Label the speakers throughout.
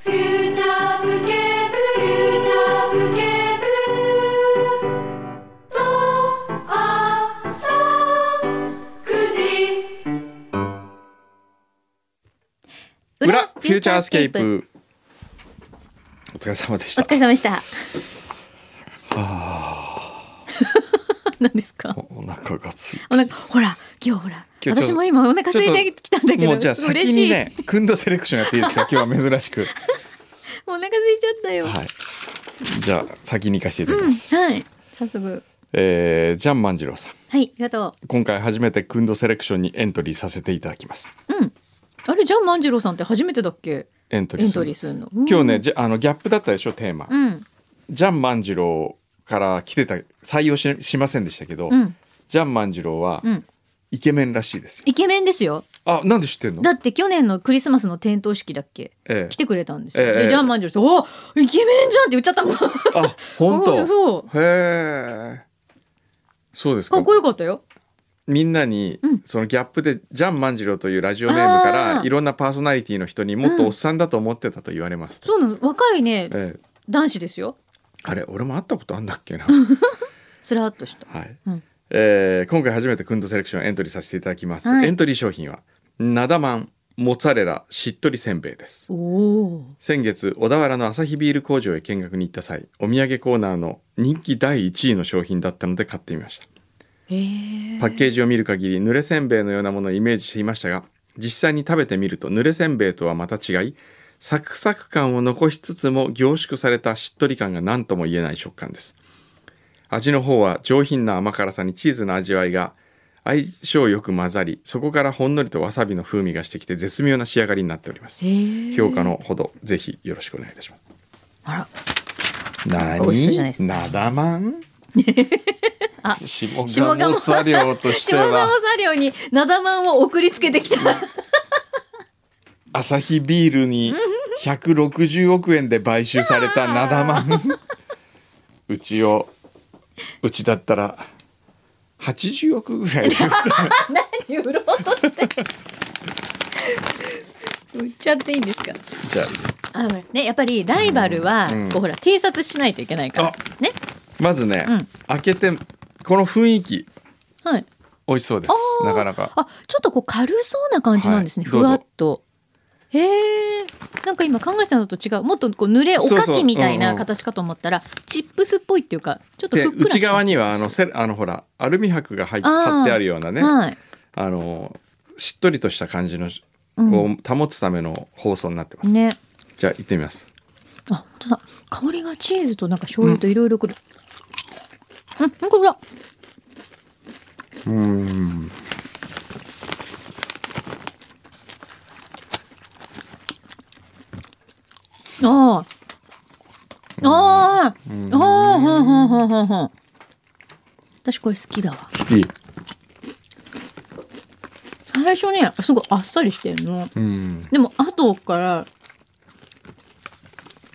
Speaker 1: 「フューチャースケープフューチャースケープル」「とあさ9時」
Speaker 2: 裏フューチャースケープお疲れ様でし
Speaker 3: お
Speaker 2: た
Speaker 3: 疲れ様でした 何ですか
Speaker 2: お腹がつい
Speaker 3: お腹ほら今日ほら
Speaker 2: 今日ち
Speaker 3: 私
Speaker 2: ょっと
Speaker 3: も今お腹空いてきたんだけど
Speaker 2: もうじゃあ
Speaker 3: すごい
Speaker 2: 先
Speaker 3: 嬉し
Speaker 2: に
Speaker 3: い、
Speaker 2: ねくんどセレクションやっていいですか今日は珍 しく
Speaker 3: お腹空いちゃったよ、
Speaker 2: はいじゃあ先に行かせていただき
Speaker 3: うん
Speaker 2: ます、
Speaker 3: はい早速
Speaker 2: えージャン万次郎さん
Speaker 3: はいありがと
Speaker 2: 今回初めてくんどセレクションにエントリーさせていただきます
Speaker 3: ううんあれじゃあ万次郎さんって初めてだっけ
Speaker 2: エントリ
Speaker 3: エ
Speaker 2: ー
Speaker 3: ン
Speaker 2: す
Speaker 3: ト
Speaker 2: る
Speaker 3: リーするの、
Speaker 2: 今日ねじゃあのギャップだったでしょテーマ、
Speaker 3: うん
Speaker 2: ジャン万次郎から来てた採用ししませんでしたけど、
Speaker 3: うん
Speaker 2: ジャン万次郎は
Speaker 3: うん
Speaker 2: イケメンらしいですよ、
Speaker 3: イケメンですよ
Speaker 2: あなんで知ってんの
Speaker 3: だって去年のクリスマスの点灯式だっけ
Speaker 2: え
Speaker 3: 来
Speaker 2: え
Speaker 3: てくれたんですよ、
Speaker 2: ええ
Speaker 3: でジャン万次郎さんおイケメンじゃんって言っちゃったもん
Speaker 2: あ本
Speaker 3: う
Speaker 2: 当
Speaker 3: ん そう
Speaker 2: へえ。そうですか。
Speaker 3: かっこよかったよ
Speaker 2: みんなに、
Speaker 3: うん
Speaker 2: そのギャップでジャン万次郎というラジオネームから
Speaker 3: あー
Speaker 2: いろんなパーソナリティの人にもっとおっさんだと思ってたと言われます。
Speaker 3: そうなの若いね
Speaker 2: ええ
Speaker 3: 男子ですよ
Speaker 2: あれ俺も会ったことあんだっけな。
Speaker 3: スラーっとした
Speaker 2: はい。
Speaker 3: うん
Speaker 2: えー今回初めてクンドセレクションエントリーさせていただきます。
Speaker 3: はい
Speaker 2: エントリー商品はナダマンモッツァレラしっとりせんべいです。
Speaker 3: おお
Speaker 2: 先月小田原のアサヒビール工場へ見学に行った際お土産コーナーの人気第1位の商品だったので買ってみました
Speaker 3: へえ
Speaker 2: パッケージを見る限り濡れせんべいのようなものをイメージしていましたが実際に食べてみると濡れせんべいとはまた違いサクサク感を残しつつも凝縮されたしっとり感が何とも言えない食感です味の方は上品な甘辛さにチーズの味わいが相性よく混ざりそこからほんのりとわさびの風味がしてきて絶妙な仕上がりになっております
Speaker 3: へえ
Speaker 2: 評価のほどぜひよろしくお願いいたします
Speaker 3: あら
Speaker 2: な
Speaker 3: 美味しそうじゃないですか
Speaker 2: なだまん
Speaker 3: あ
Speaker 2: 下
Speaker 3: 下
Speaker 2: 鴨
Speaker 3: 鴨
Speaker 2: 作業として
Speaker 3: 下鴨
Speaker 2: は
Speaker 3: 作業になだまんを送りつけてきた
Speaker 2: アサヒビールに160億円で買収されたなだ まんうちをうちだったら80億ぐらいで
Speaker 3: 何売ろうとして売っちゃっていいんですか
Speaker 2: じゃあ
Speaker 3: あほらねやっぱりライバルは、
Speaker 2: うん
Speaker 3: こうほら偵察しないといけないから
Speaker 2: あ
Speaker 3: ね
Speaker 2: まずね、
Speaker 3: うん
Speaker 2: 開けてこの雰囲気
Speaker 3: はい
Speaker 2: 美味しそうです
Speaker 3: あー
Speaker 2: なかなか
Speaker 3: あちょっとこう軽そうな感じなんですね、
Speaker 2: はいどう
Speaker 3: ふ
Speaker 2: ぞ
Speaker 3: わっとへえんか今考えてたのと違うもっとこう濡れおか
Speaker 2: そうそう
Speaker 3: きみたい
Speaker 2: うんう
Speaker 3: なん形かと思ったらチップスっぽいっていうかちょっと
Speaker 2: で
Speaker 3: ふっくらした
Speaker 2: 内側にはあのせあのほらアルミ箔が入っ
Speaker 3: あー
Speaker 2: 貼ってあるようなね
Speaker 3: はい、
Speaker 2: あのしっとりとした感じの
Speaker 3: うん
Speaker 2: を保つための包装になってます、
Speaker 3: ね
Speaker 2: じゃあ行ってみます
Speaker 3: あ本当だ香りがチーズとなんか醤油といろいろくるうん、うん、本当だ
Speaker 2: うん
Speaker 3: ああああああほんほんほんほんほん私これ好きだわ
Speaker 2: 好き
Speaker 3: 最初ねすごいあっさりしてるの
Speaker 2: うん
Speaker 3: でも後から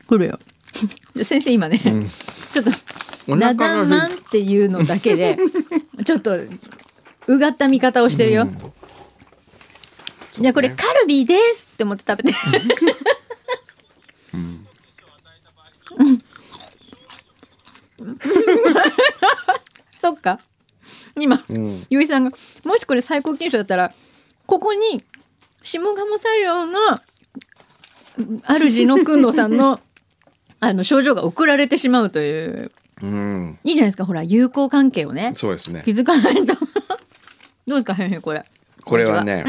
Speaker 3: 来るよ じゃ先生今ね、
Speaker 2: ん
Speaker 3: ちょっ
Speaker 2: お
Speaker 3: と「
Speaker 2: 腹
Speaker 3: な
Speaker 2: が
Speaker 3: だまん」っていうのだけでちょっとうがった見方をしてるよ、
Speaker 2: うん
Speaker 3: じゃあこれカルビーですって思って食べてそっか今
Speaker 2: うん
Speaker 3: ゆいさんがもしこれ最高金賞だったらここに下鴨作業の主のくんどさんのあの症状が送られてしまうという
Speaker 2: うん、
Speaker 3: いいじゃないですかほら友好関係をね
Speaker 2: そうですね
Speaker 3: 気づかないと どうですかへんへんこれ
Speaker 2: これはね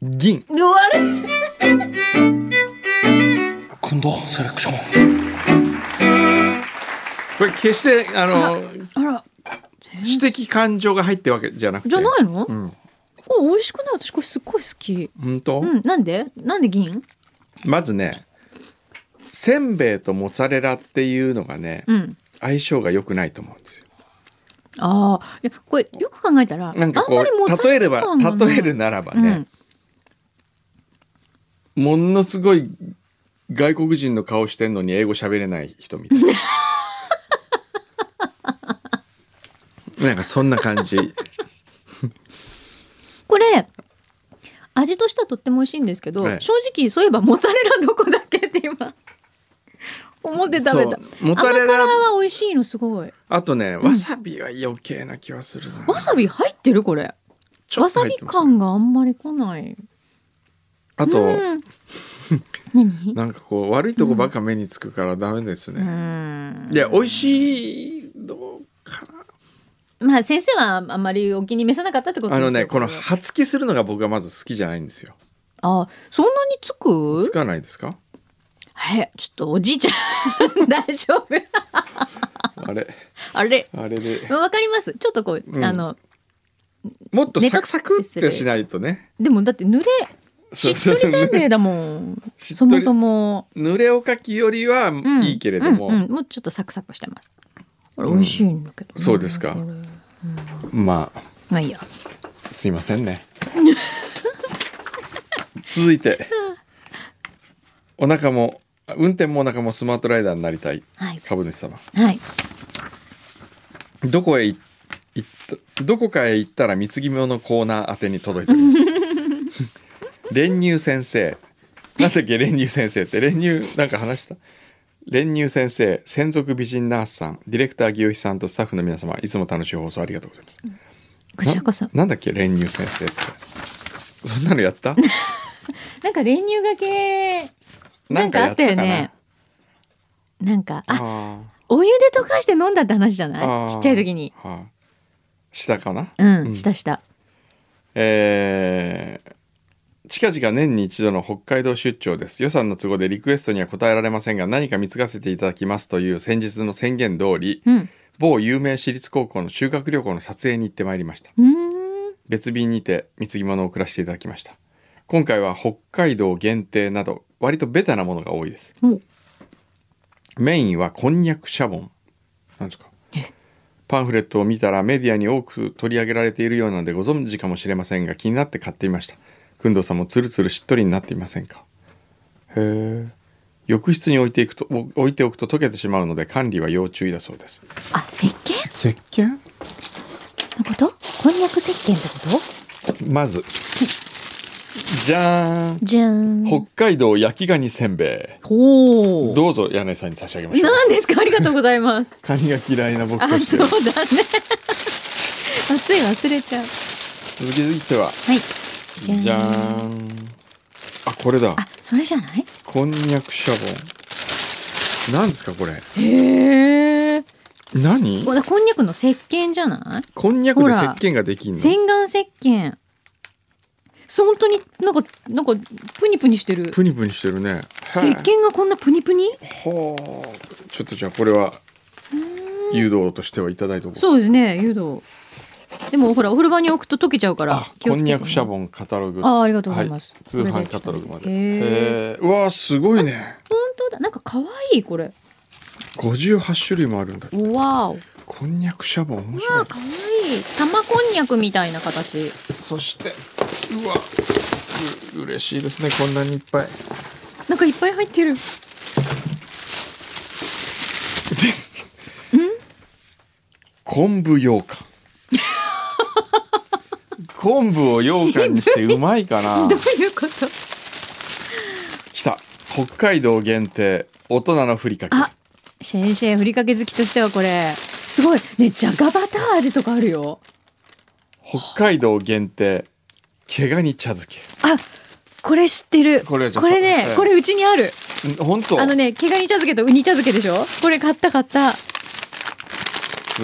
Speaker 2: 銀
Speaker 3: うんうわあれ
Speaker 2: 今度セレクションこれ決してあの
Speaker 3: あら
Speaker 2: 私的感情が入ってるわけじゃなくて
Speaker 3: じゃないの、
Speaker 2: うん
Speaker 3: これ美味しくない私これすっごい好き
Speaker 2: 本当、
Speaker 3: うんなんでなんで銀
Speaker 2: まずねせんべいとモッツァレラっていうのがね、
Speaker 3: うん
Speaker 2: 相性が良くないと思うんですよ
Speaker 3: ああいやこれよく考えたら
Speaker 2: なんか
Speaker 3: あ
Speaker 2: こ
Speaker 3: んまりモッツァ
Speaker 2: う
Speaker 3: レ
Speaker 2: 例えれ
Speaker 3: ラ
Speaker 2: ば
Speaker 3: 感がない
Speaker 2: 例えるならばね、ものすごい外国人の顔してんのに英語喋れない人みたい ななんかそんな感じ
Speaker 3: これ味は味としてはとっても美味しいんですけど、
Speaker 2: ええ
Speaker 3: 正直そういえばモッツァレラどこだっけって今 思って食べた
Speaker 2: そうモッツァ
Speaker 3: 甘
Speaker 2: レ
Speaker 3: 辛
Speaker 2: ラ
Speaker 3: は美味しいのすごい
Speaker 2: あとねわさびは余計な気はするな、
Speaker 3: わさび入ってるこれ
Speaker 2: ちょ
Speaker 3: わ
Speaker 2: っと
Speaker 3: さ
Speaker 2: 入
Speaker 3: び
Speaker 2: ってます
Speaker 3: 感があんまり来ない
Speaker 2: あと、
Speaker 3: うん何
Speaker 2: なんかこう悪いとこばっか目につくからダメです
Speaker 3: う
Speaker 2: ね、
Speaker 3: ん
Speaker 2: で美味しいどうかな
Speaker 3: まあ先生はあんまりお気に召さなかったってこと
Speaker 2: あ
Speaker 3: ですよ
Speaker 2: のねこの
Speaker 3: れは
Speaker 2: 発揮するのが僕はまず好きじゃないんですよ
Speaker 3: あそんなにつく
Speaker 2: つかないですか
Speaker 3: あれちょっとおじいちゃん 大丈夫
Speaker 2: あれ
Speaker 3: あれ
Speaker 2: あれで
Speaker 3: わかりますちょっとこう、
Speaker 2: うん
Speaker 3: あの
Speaker 2: もっとサクサクっ
Speaker 3: ネタ
Speaker 2: てしないとね
Speaker 3: でもだって濡れしっとりせんべいだもん
Speaker 2: しっとり
Speaker 3: そもそも、
Speaker 2: 濡れおかきよりは
Speaker 3: うん
Speaker 2: いいけれども、
Speaker 3: うんうんもうちょっとサクサクしてますこれ美味しいんだけどね、
Speaker 2: そうですか
Speaker 3: これ
Speaker 2: まあ
Speaker 3: まあいいや
Speaker 2: すいませんね 続いてお腹もあ運転もお腹もスマートライダーになりたい
Speaker 3: はい
Speaker 2: 株主様
Speaker 3: はい
Speaker 2: どこへい行ったどこかへ行ったら貢ぎ物のコーナー宛てに届いております 練乳先生なんだっけ練乳先生って練乳なんか話した練乳先生専属美人ナースさんディレクター清志さんとスタッフの皆様いつも楽しい放送ありがとうございます
Speaker 3: こちらこそ
Speaker 2: ななんだっけ練乳先生ってそんなのやった
Speaker 3: なんか練乳がけなんかあったよねなんか
Speaker 2: あ
Speaker 3: あお湯で溶かして飲んだって話じゃないちっちゃい時に
Speaker 2: はあ、したかな
Speaker 3: うんしたした
Speaker 2: えー近々年に一度の北海道出張です予算の都合でリクエストには答えられませんが何か貢がせていただきますという先日の宣言通り、
Speaker 3: うん
Speaker 2: 某有名私立高校の修学旅行の撮影に行ってまいりました
Speaker 3: うーん
Speaker 2: 別便にて貢ぎ物を送らせていただきました今回は北海道限定など割とベタなものが多いです
Speaker 3: お
Speaker 2: メインはこんにゃくシャボンなんですかパンフレットを見たらメディアに多く取り上げられているようなのでご存知かもしれませんが気になって買ってみました工藤さんもツルツルしっとりになっていませんかへえ浴室に置いていくとお置いておくと溶けてしまうので管理は要注意だそうです
Speaker 3: あ石鹸
Speaker 2: 石鹸
Speaker 3: のことこんにゃく石鹸ってこ
Speaker 2: まずじゃーん
Speaker 3: とじゃーん
Speaker 2: 北海道焼きガニせんべ
Speaker 3: ほ
Speaker 2: いどうぞ柳井さんに差し上げましょう
Speaker 3: なんですかありがとうございます
Speaker 2: カニが嫌いな僕
Speaker 3: あ、
Speaker 2: とし
Speaker 3: そう
Speaker 2: ては
Speaker 3: だね。 つい忘れちゃう。
Speaker 2: 続いては
Speaker 3: はい。じゃーん
Speaker 2: じゃーんあこれだ
Speaker 3: あ、それじゃない？
Speaker 2: こんにゃくシャボンなんですかこれ
Speaker 3: へえ。
Speaker 2: 何
Speaker 3: これこんにゃくの石鹸じゃない？
Speaker 2: こんにゃくで
Speaker 3: ほ
Speaker 2: 石
Speaker 3: ら
Speaker 2: 鹸ができんの
Speaker 3: 洗顔石鹸。そう本当になんかなんかプニプニしてる。
Speaker 2: プニプニしてるね
Speaker 3: 石鹸がこんなプニプニ？
Speaker 2: ほうちょっとじゃあこれは誘導としてはいただいておこう
Speaker 3: そうですね。誘導。でもほらお風呂場に置くと溶けちゃうから気
Speaker 2: あこ
Speaker 3: をつけてね。
Speaker 2: んにゃくシャボンカタログ
Speaker 3: あーありがとうございます
Speaker 2: は通販カタログまで
Speaker 3: へ
Speaker 2: へえうわーすごいね
Speaker 3: 本当だ。なんか可愛いこれ。
Speaker 2: 58種類もあるんだ
Speaker 3: わお。わ
Speaker 2: こんにゃくシャボン面白
Speaker 3: あ
Speaker 2: い
Speaker 3: 可愛い。玉こんにゃくみたいな形。
Speaker 2: そしてうわう嬉しいですねこんなにいっぱい
Speaker 3: なんかいっぱい入ってる。
Speaker 2: 昆布羊羹 昆布を羊羹にしてうまいかな
Speaker 3: どういうこと？
Speaker 2: 来た北海道限定大人のふりかけ
Speaker 3: あ、先生ふりかけ好きとしてはこれすごいねじゃがバター味とかあるよ。
Speaker 2: 北海道限定毛ガニ茶漬け
Speaker 3: あ、これ知ってる。
Speaker 2: これじゃあ
Speaker 3: ね
Speaker 2: さ
Speaker 3: これうちにある。
Speaker 2: ん本当
Speaker 3: あのね毛ガニ茶漬けとウニ茶漬けでしょ。これ買った買った。ね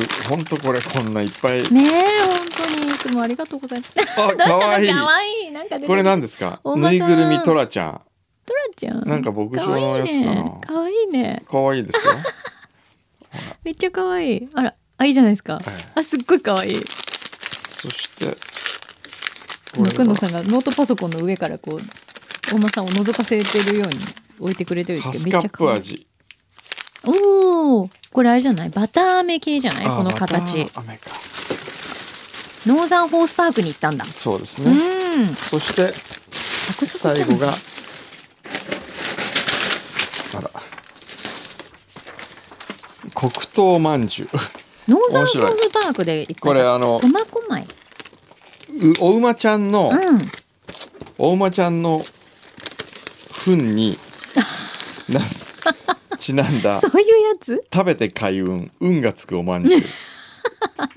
Speaker 2: す本当これこんないっぱい
Speaker 3: え本当にいつもありがとうございます。
Speaker 2: あ
Speaker 3: な
Speaker 2: か
Speaker 3: んか
Speaker 2: わいい
Speaker 3: 可愛いなんか出てくる
Speaker 2: これ何ですか
Speaker 3: お馬さ
Speaker 2: ぬ
Speaker 3: ん
Speaker 2: いぐるみトラちゃん
Speaker 3: トラちゃん。
Speaker 2: なんか牧場のやつかな
Speaker 3: 可愛いね。可愛いね。
Speaker 2: かわいい ですよ
Speaker 3: めっちゃ可愛い。あら。あいいじゃないですか。あすっごい可愛い。
Speaker 2: そしてこ
Speaker 3: 今くん
Speaker 2: れ
Speaker 3: の
Speaker 2: は
Speaker 3: さんがノートパソコンの上からこうお馬さんを覗かせてるように置いてくれてるって
Speaker 2: ハ
Speaker 3: めっ
Speaker 2: ス
Speaker 3: ち
Speaker 2: カ
Speaker 3: ゃ
Speaker 2: ッ
Speaker 3: 可
Speaker 2: プ
Speaker 3: 愛い。
Speaker 2: 味
Speaker 3: おお、これあれじゃない、バター飴系じゃない、
Speaker 2: あ
Speaker 3: この
Speaker 2: バタ
Speaker 3: 形
Speaker 2: ー。飴か
Speaker 3: ノーザンホースパークに行ったんだ。
Speaker 2: そうです
Speaker 3: う
Speaker 2: ね、
Speaker 3: ん、
Speaker 2: そして
Speaker 3: サクサクじ
Speaker 2: 最
Speaker 3: ゃん
Speaker 2: 後があら黒糖まんじゅう
Speaker 3: ノーザン
Speaker 2: 面
Speaker 3: ホ
Speaker 2: 白い
Speaker 3: ースパークで行った。
Speaker 2: これあの
Speaker 3: 苫小牧。
Speaker 2: うお馬ちゃんの
Speaker 3: うん、
Speaker 2: お馬ちゃんの糞になちなんだ
Speaker 3: そういうやつ
Speaker 2: 食べて開運運がつくおまんじゅう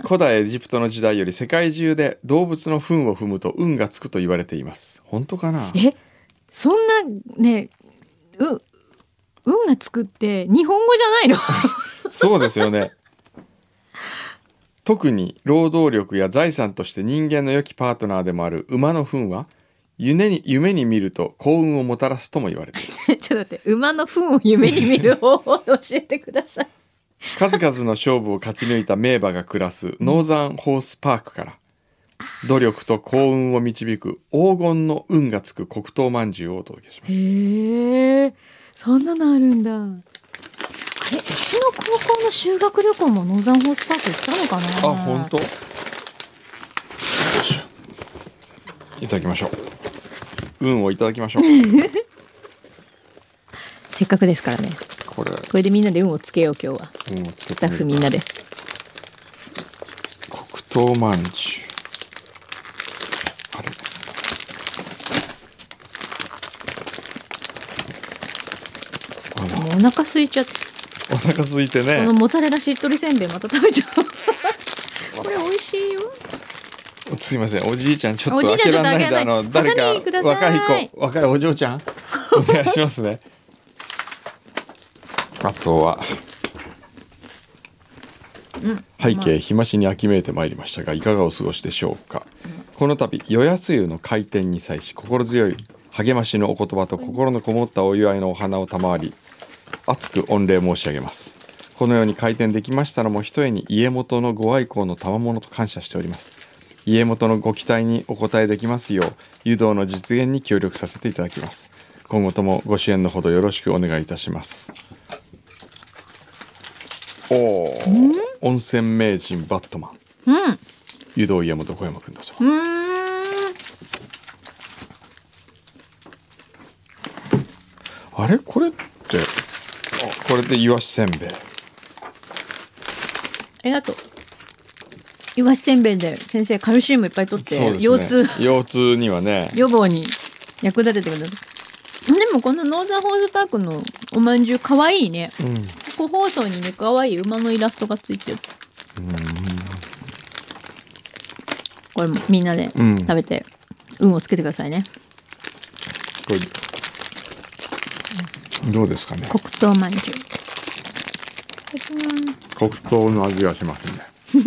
Speaker 2: 古代エジプトの時代より世界中で動物の糞を踏むと運がつくと言われています本当かな
Speaker 3: えそんなねう運がつくって日本語じゃ ないの
Speaker 2: そうですよね特に労働力や財産として人間の良きパートナーでもある馬の糞は夢に夢に見ると幸運をもたらすとも言われている
Speaker 3: ちょっと待って馬の糞を夢に見る方法を教えてください
Speaker 2: 数々の勝負を勝ち抜いた名馬が暮らすノーザンホースパークから努力と幸運を導く黄金の運がつく黒糖まんじゅうをお届けしま す
Speaker 3: へえそんなのあるんだあれうちの高校の修学旅行もノーザンホースパーク行ったのかな
Speaker 2: あ本当。よいしょいただきましょう運をいただきましょう
Speaker 3: せっかくですからね
Speaker 2: これ
Speaker 3: これでみんなで運をつけよう今日は
Speaker 2: 運をつけ
Speaker 3: ス
Speaker 2: て
Speaker 3: タッ
Speaker 2: み
Speaker 3: フ
Speaker 2: る
Speaker 3: みんなで
Speaker 2: 黒糖まんじゅうあれ
Speaker 3: もうお腹空いちゃって
Speaker 2: お腹空いて
Speaker 3: こ
Speaker 2: ね
Speaker 3: のモッツァレラしっとりせんべいまた食べちゃ うこれ美味しいよ
Speaker 2: すいませんおじいちゃんちょっ
Speaker 3: お
Speaker 2: と
Speaker 3: じ
Speaker 2: 開
Speaker 3: いちゃん
Speaker 2: け
Speaker 3: ちょ
Speaker 2: ら
Speaker 3: っと
Speaker 2: れない
Speaker 3: 開
Speaker 2: んであの
Speaker 3: けられないハサミく
Speaker 2: 誰か
Speaker 3: ださい
Speaker 2: 若い子若いお嬢ちゃ んお願いしますねあとは背景日増しに秋めいてまいりましたがいかがお過ごしでしょうか、この度夜安湯の開店に際し心強い励ましのお言葉と心のこもったお祝いのお花を賜り厚く御礼申し上げますこのように開店できましたのもひとえに家元のご愛好の賜物と感謝しております家元のご期待にお応えできますよう誘導の実現に協力させていただきます今後ともご支援のほどよろしくお願いいたしますおお温泉名人バットマン
Speaker 3: うん
Speaker 2: 湯道家元小山君だぞ、
Speaker 3: うーん
Speaker 2: あれこれってあこれでイワシせんべい
Speaker 3: ありがとう。イワシせんべいで先生カルシウムいっぱい取って、
Speaker 2: そうですね
Speaker 3: 腰痛
Speaker 2: 腰痛にはね
Speaker 3: 予防に役立ててください。でもこのノーザンホーズパークのおまんじゅうかわいいね。
Speaker 2: うん
Speaker 3: 個包装にねかわいい馬のイラストがついてる。これもみんなで
Speaker 2: うん
Speaker 3: 食べて運をつけてくださいね。
Speaker 2: これどうですかね
Speaker 3: 黒糖まんじゅう。
Speaker 2: 黒糖の味がしますね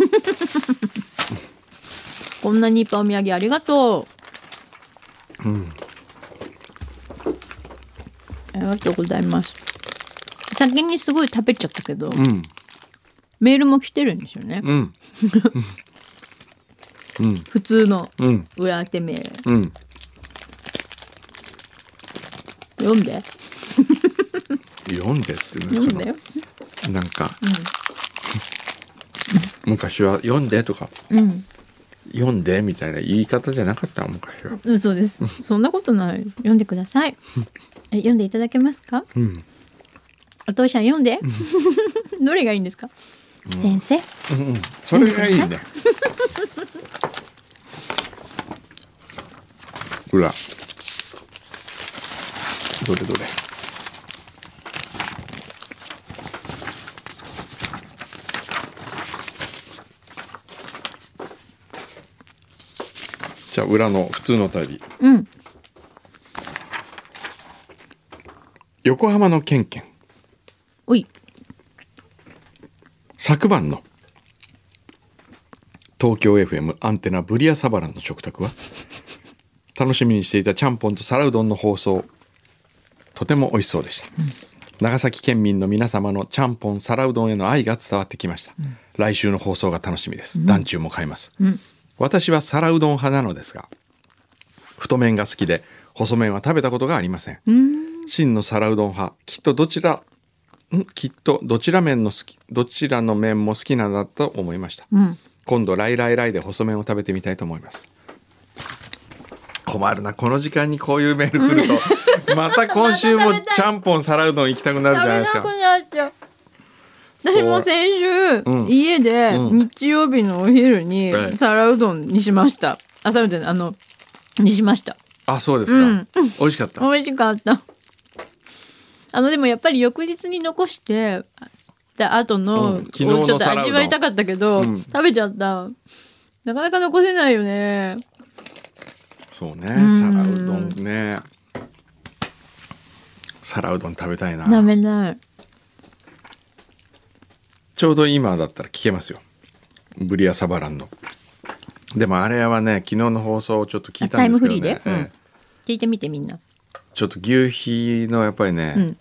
Speaker 3: こんなにいっぱいお土産ありがとう。ありがとうございます。先にすごい食べちゃったけど、
Speaker 2: うん
Speaker 3: メールも来てるんですよね。
Speaker 2: うん
Speaker 3: 普通の
Speaker 2: うん
Speaker 3: 裏当てメール。
Speaker 2: うん
Speaker 3: 読んで。
Speaker 2: 読んでってね
Speaker 3: 読んで。
Speaker 2: そのなんか、 昔は読んでとか
Speaker 3: うん。
Speaker 2: 読んでみたいな言い方じゃなかった昔は
Speaker 3: うんそう です。そんなことない。読んでください。え読んでいただけますか
Speaker 2: うん
Speaker 3: お父さん読んで。 どれがいいんですか、先生。
Speaker 2: それがい いね裏どれどれじゃあ裏の普通の旅
Speaker 3: うん。
Speaker 2: 横浜のケンケン
Speaker 3: おい。
Speaker 2: 昨晩の東京 FM アンテナブリアサバランの食卓は楽しみにしていたちゃんぽんと皿うどんの放送とても美味しそうでした、長崎県民の皆様のちゃんぽん皿うどんへの愛が伝わってきました、来週の放送が楽しみです、団中も買います、私は皿うどん派なのですが太麺が好きで細麺は食べたことがありません、真の皿うどん派きっとどちらんきっとどちら麺の好きどちらの麺も好きなんだと思いました、
Speaker 3: うん。
Speaker 2: 今度ライライライで細麺を食べてみたいと思います困るなこの時間にこういうメール来る とまた今週
Speaker 3: ま
Speaker 2: も
Speaker 3: た食べたい
Speaker 2: ちゃんぽん皿うどん行きたくなるじ
Speaker 3: 食
Speaker 2: ゃな
Speaker 3: べ
Speaker 2: いです
Speaker 3: な
Speaker 2: か
Speaker 3: くなっちゃう。私も先週、
Speaker 2: うん
Speaker 3: 家で
Speaker 2: うん
Speaker 3: 日曜日のお昼に
Speaker 2: はい
Speaker 3: 皿うどんにしました。あ、皿うどんじゃないあのにしました。
Speaker 2: あそうですか、
Speaker 3: うん
Speaker 2: 美味しかった
Speaker 3: 美味しかったあのでもやっぱり翌日に残してた後の、
Speaker 2: うん昨日の
Speaker 3: をちょっと
Speaker 2: 皿う
Speaker 3: 味
Speaker 2: どん
Speaker 3: わいたかったけど、
Speaker 2: うん
Speaker 3: 食べちゃったなかなか残せないよね
Speaker 2: そうね
Speaker 3: ん
Speaker 2: 皿うどんね皿うどん食べたいな
Speaker 3: なめない
Speaker 2: ちょうど今だったら聞けますよブリアサバランのでもあれはね昨日の放送をちょっと聞いたんですけどね
Speaker 3: あタイムフリーでうん
Speaker 2: ええ
Speaker 3: 聞いてみてみんな
Speaker 2: ちょっと牛皮のやっぱりね、
Speaker 3: うん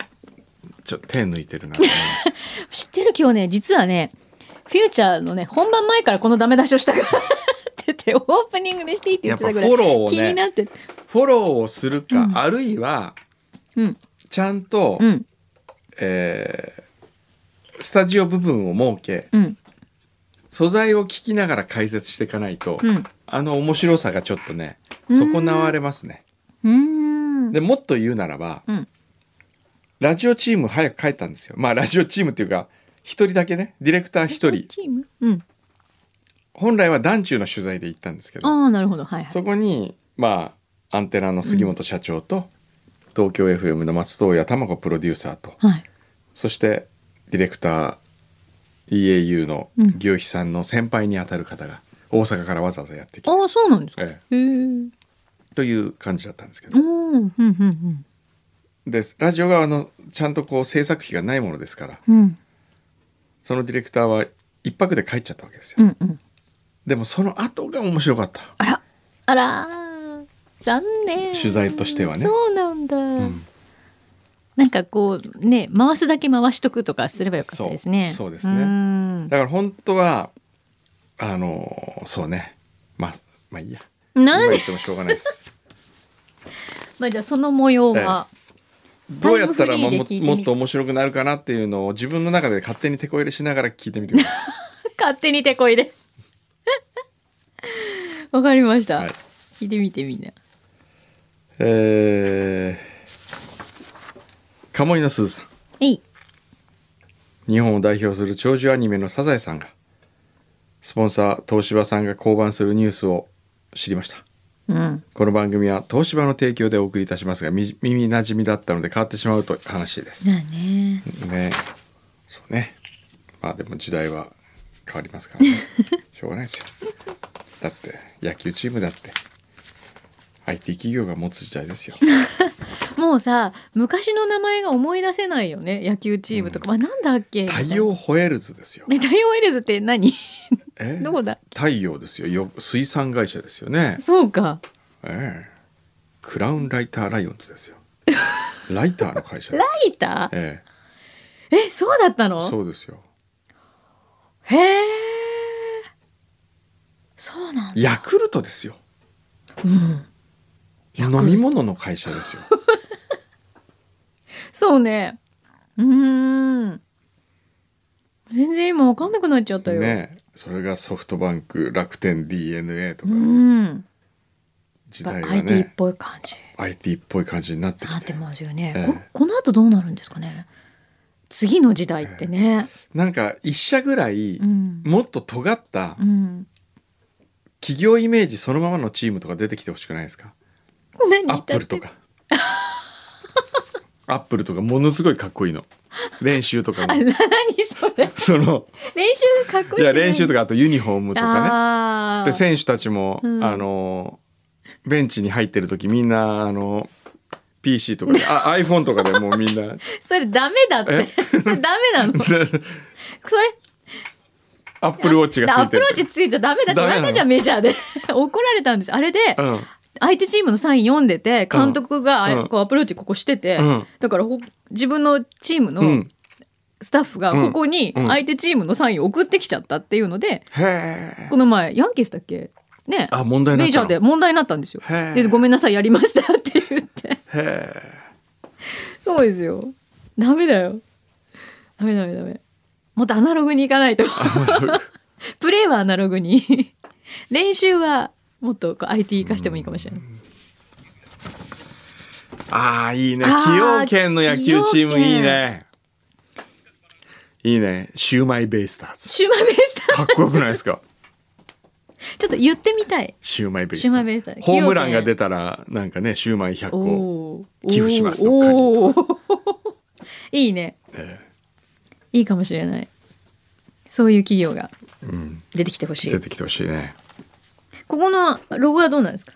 Speaker 2: ちょっと手抜いてるな と思いま
Speaker 3: 知
Speaker 2: す
Speaker 3: ってる今日ね実はねフューチャーのね本番前からこのダメ出しをしたからっててオープニングでしていいって言ってたぐらい
Speaker 2: やっぱフォローをね
Speaker 3: 気になってる
Speaker 2: フォローをするか、
Speaker 3: うん
Speaker 2: あるいは
Speaker 3: うん
Speaker 2: ちゃんと、
Speaker 3: うん
Speaker 2: えースタジオ部分を設け
Speaker 3: うん
Speaker 2: 素材を聞きながら解説していかないと、
Speaker 3: うん
Speaker 2: あの面白さがちょっとね損なわれますね。
Speaker 3: うーん
Speaker 2: でもっと言うならば、
Speaker 3: うん
Speaker 2: ラジオチーム早く帰ったんですよ。まあラジオチームっていうか一人だけねディレクター一人
Speaker 3: チームうん
Speaker 2: 本来は団中の取材で行ったんですけど
Speaker 3: ああなるほどはいはい
Speaker 2: そこにまあアンテナの杉本社長と、東京 FM の松任谷玉子プロデューサーと
Speaker 3: はい
Speaker 2: そしてディレクター EAU の
Speaker 3: うん
Speaker 2: 牛肥さんの先輩にあたる方が大阪からわざわざやってきて、
Speaker 3: ああそうなんですか
Speaker 2: え
Speaker 3: へえ
Speaker 2: えという感じだったんですけど
Speaker 3: おーうんうんうん
Speaker 2: でラジオ側のちゃんとこう制作費がないものですから
Speaker 3: うん
Speaker 2: そのディレクターは一泊で帰っちゃったわけですよ、
Speaker 3: うんうん
Speaker 2: でもその後が面白かった
Speaker 3: あらあらー残念
Speaker 2: 取材としてはね
Speaker 3: そうなんだ、
Speaker 2: ん
Speaker 3: なんかこうね回すだけ回しとくとかすればよかったですね
Speaker 2: そうそうですね
Speaker 3: ね
Speaker 2: だから本当はあのそうねまあまあいいや今
Speaker 3: なん
Speaker 2: 言
Speaker 3: で
Speaker 2: ってもしょうがな いです
Speaker 3: まあじゃあその模様は、
Speaker 2: どうやったら
Speaker 3: タ
Speaker 2: も
Speaker 3: イム
Speaker 2: も
Speaker 3: フリーで聞いてみる
Speaker 2: もっと面白くなるかなっていうのを自分の中で勝手に手こ入れしながら聞いてみてくださ
Speaker 3: 勝手に手こ入れ わかりました、
Speaker 2: い。はい、
Speaker 3: 聞いてみてみんな
Speaker 2: えー、鴨居のすずさん
Speaker 3: えい
Speaker 2: 日本を代表する長寿アニメの「サザエさんが」スポンサー東芝さんが降板するニュースを知りました
Speaker 3: うん
Speaker 2: この番組は東芝の提供でお送りいたしますがみ耳なじみだったので変わってしまうと悲しいです
Speaker 3: じゃあね
Speaker 2: ねそうねまあでも時代は変わりますからね しょうがないですよだって野球チームだって IT 企業が持つ時代ですよ
Speaker 3: もうさ昔の名前が思い出せないよね野球チームとか、まあなんだっけ
Speaker 2: 太陽ホエールズですよ
Speaker 3: ね太陽エルズって何
Speaker 2: え
Speaker 3: どこだ
Speaker 2: 太陽ですよよ水産会社ですよね
Speaker 3: そうか
Speaker 2: ええクラウンライターライオンズ ですよライターの会社で
Speaker 3: ラ
Speaker 2: す
Speaker 3: イター
Speaker 2: ええ
Speaker 3: えそうだったの
Speaker 2: そうですよ
Speaker 3: へえそうなんだ
Speaker 2: ヤクルトですよ、飲み物の会社ですよ
Speaker 3: そうねうーん全然今わかんなくなっちゃったよ、
Speaker 2: ねえそれがソフトバンク楽天 d n a と
Speaker 3: う
Speaker 2: か
Speaker 3: ん
Speaker 2: 時代が
Speaker 3: IT っ
Speaker 2: ね
Speaker 3: ぽい感じ
Speaker 2: IT っぽい感じになって
Speaker 3: な
Speaker 2: き
Speaker 3: っててますよね、
Speaker 2: え
Speaker 3: こ
Speaker 2: え
Speaker 3: この後どうなるんですかね次の時代ってね、
Speaker 2: なんか一社ぐらい
Speaker 3: うん
Speaker 2: もっと尖った
Speaker 3: うん
Speaker 2: 企業イメージそのままのチームとか出てきてほしくないですか
Speaker 3: 何
Speaker 2: アップルとか アップルとかものすごいかっこいいの練習と か
Speaker 3: あ
Speaker 2: も
Speaker 3: 何それ
Speaker 2: その
Speaker 3: 練習がかっこ
Speaker 2: い
Speaker 3: いい
Speaker 2: や練習と
Speaker 3: か
Speaker 2: かあとユニフォームとかね
Speaker 3: あー
Speaker 2: で選手たちも、
Speaker 3: うん
Speaker 2: あのベンチに入ってる時みんなあの PC とかであ iPhone とかでもうみ んな
Speaker 3: それダメだって
Speaker 2: え
Speaker 3: それダメなのそれ
Speaker 2: アップルウォッチがつ
Speaker 3: ア
Speaker 2: いて
Speaker 3: プ
Speaker 2: る
Speaker 3: ローチついちゃダメだって言われたじゃんメジャーで 怒られたんですあれで、
Speaker 2: うん
Speaker 3: 相手チームのサイン読んでて監督があ
Speaker 2: うん
Speaker 3: こうアプローチここしてて、
Speaker 2: うん
Speaker 3: だからほ自分のチーム
Speaker 2: う
Speaker 3: の
Speaker 2: ん
Speaker 3: スタッフが
Speaker 2: うん
Speaker 3: ここに
Speaker 2: うん
Speaker 3: 相手チームのサインを送ってきちゃったっていうので、
Speaker 2: へえ
Speaker 3: この前ヤンキースだっけね
Speaker 2: あ問題になっ
Speaker 3: メジャ
Speaker 2: たの
Speaker 3: ーで問題になったんですよ。
Speaker 2: へえ
Speaker 3: でごめんなさいやりましたって言 って
Speaker 2: へ
Speaker 3: そうですよダメだよダメダメダメもっとアナログに行か ないとプレーはアナログに練習はもっとこう IT 化してもいいかもしれない
Speaker 2: ああいいね
Speaker 3: あー
Speaker 2: 崎陽軒の野球チー
Speaker 3: 崎陽
Speaker 2: ム
Speaker 3: 軒
Speaker 2: いいねいいねシューマイベイスターズ
Speaker 3: シューマイベースター
Speaker 2: かっこよくないですか
Speaker 3: ちょっと言ってみたい。
Speaker 2: シューマイベース
Speaker 3: シューマイベースターズ
Speaker 2: ホームランが出たらなんかねシューマイ100個、
Speaker 3: おー
Speaker 2: 寄付します
Speaker 3: おー
Speaker 2: ど
Speaker 3: おー いいね。
Speaker 2: え
Speaker 3: いいかもしれない。そういう企業が
Speaker 2: えうん、
Speaker 3: 出てきてほしい
Speaker 2: 出。てきてほしいね
Speaker 3: ここのロゴはどうなんですか。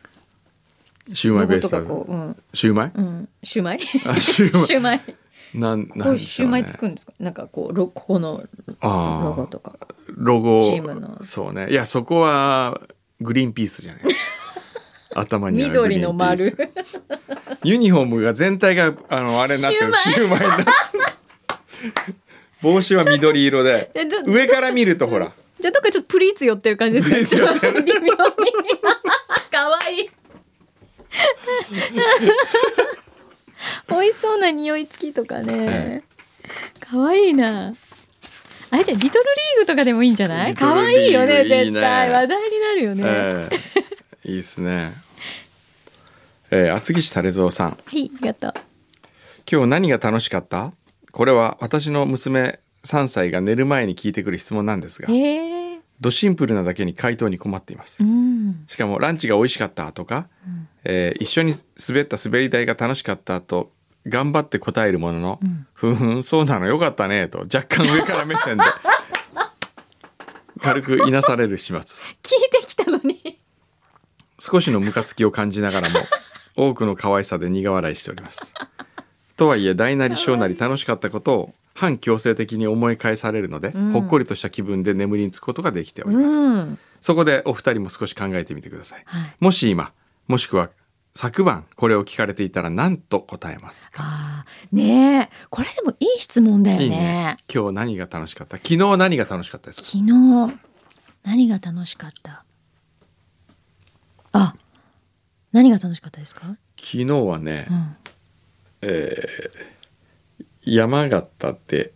Speaker 2: シューマ
Speaker 3: ロ
Speaker 2: イベ
Speaker 3: ゴ
Speaker 2: ース
Speaker 3: と
Speaker 2: タ
Speaker 3: か
Speaker 2: ー
Speaker 3: こう、う
Speaker 2: ズ
Speaker 3: ん、
Speaker 2: シューマイ
Speaker 3: うん、シュウマイ。
Speaker 2: あシューマイ
Speaker 3: シュウマイ。
Speaker 2: なん
Speaker 3: こ
Speaker 2: な
Speaker 3: うんいう
Speaker 2: で
Speaker 3: シ
Speaker 2: し
Speaker 3: ュ
Speaker 2: ょ
Speaker 3: ウ
Speaker 2: う
Speaker 3: マ
Speaker 2: ね
Speaker 3: イ作るんですか。なんかこう、ロ、ここの
Speaker 2: ああ
Speaker 3: ロゴとか。
Speaker 2: ロゴ
Speaker 3: チームの
Speaker 2: そうねいやそこはグリーンピー スじゃない頭にあるグ
Speaker 3: 緑
Speaker 2: リー
Speaker 3: の
Speaker 2: ンピー
Speaker 3: 丸。
Speaker 2: スユニフォームが全体があのあれになってるシ
Speaker 3: シ
Speaker 2: ューマイになってる帽子は緑色で
Speaker 3: えちょ
Speaker 2: 上から見るとほら
Speaker 3: じゃあどっかちょっとプリーツ寄ってる感じです
Speaker 2: プリーツ寄
Speaker 3: か。微妙に。可愛いい。美味しそうな匂い付きとかね。可愛いいな。あれじゃあリトルリーグとかでもいいんじゃない？
Speaker 2: リト
Speaker 3: 可
Speaker 2: ルリーグ
Speaker 3: 愛いよね
Speaker 2: いいね
Speaker 3: 絶対話題になるよね。
Speaker 2: ええいいですね。えー厚木市垂蔵さん、
Speaker 3: はいありがとう。
Speaker 2: 今日何が楽しかった？これは私の娘3歳が寝る前に聞いてくる質問なんですが、
Speaker 3: へえ。
Speaker 2: ドシンプルなだけに回答に困っていま
Speaker 3: う
Speaker 2: す。
Speaker 3: ん。
Speaker 2: しかもランチが美味しかったとか、えー一緒に滑った滑り台が楽しかったと頑張って答えるものの、
Speaker 3: うん
Speaker 2: ふんふんそうなのよかったねと若干上から目 線で軽くいなされる始末。
Speaker 3: 聞いてきたのに。
Speaker 2: 少しのムカつきを感じながらも多くの可愛さで苦笑いしておりますとはいえ大なり小なり楽しかったことを反強制的に思い返されるので、
Speaker 3: ん
Speaker 2: ほっこりとした気分で眠りにつくことができております、
Speaker 3: うん。
Speaker 2: そこでお二人も少し考えてみてください
Speaker 3: はい。
Speaker 2: もし今もしくは昨晩これを聞かれていたら何と答えますか
Speaker 3: ああねえこれでもいい質問だよ
Speaker 2: いいね今日何が楽しかった昨日何が楽しかったですか
Speaker 3: 昨日何が楽しかったあ何が楽しかったですか、
Speaker 2: 昨日はね、
Speaker 3: うん、
Speaker 2: えー山形で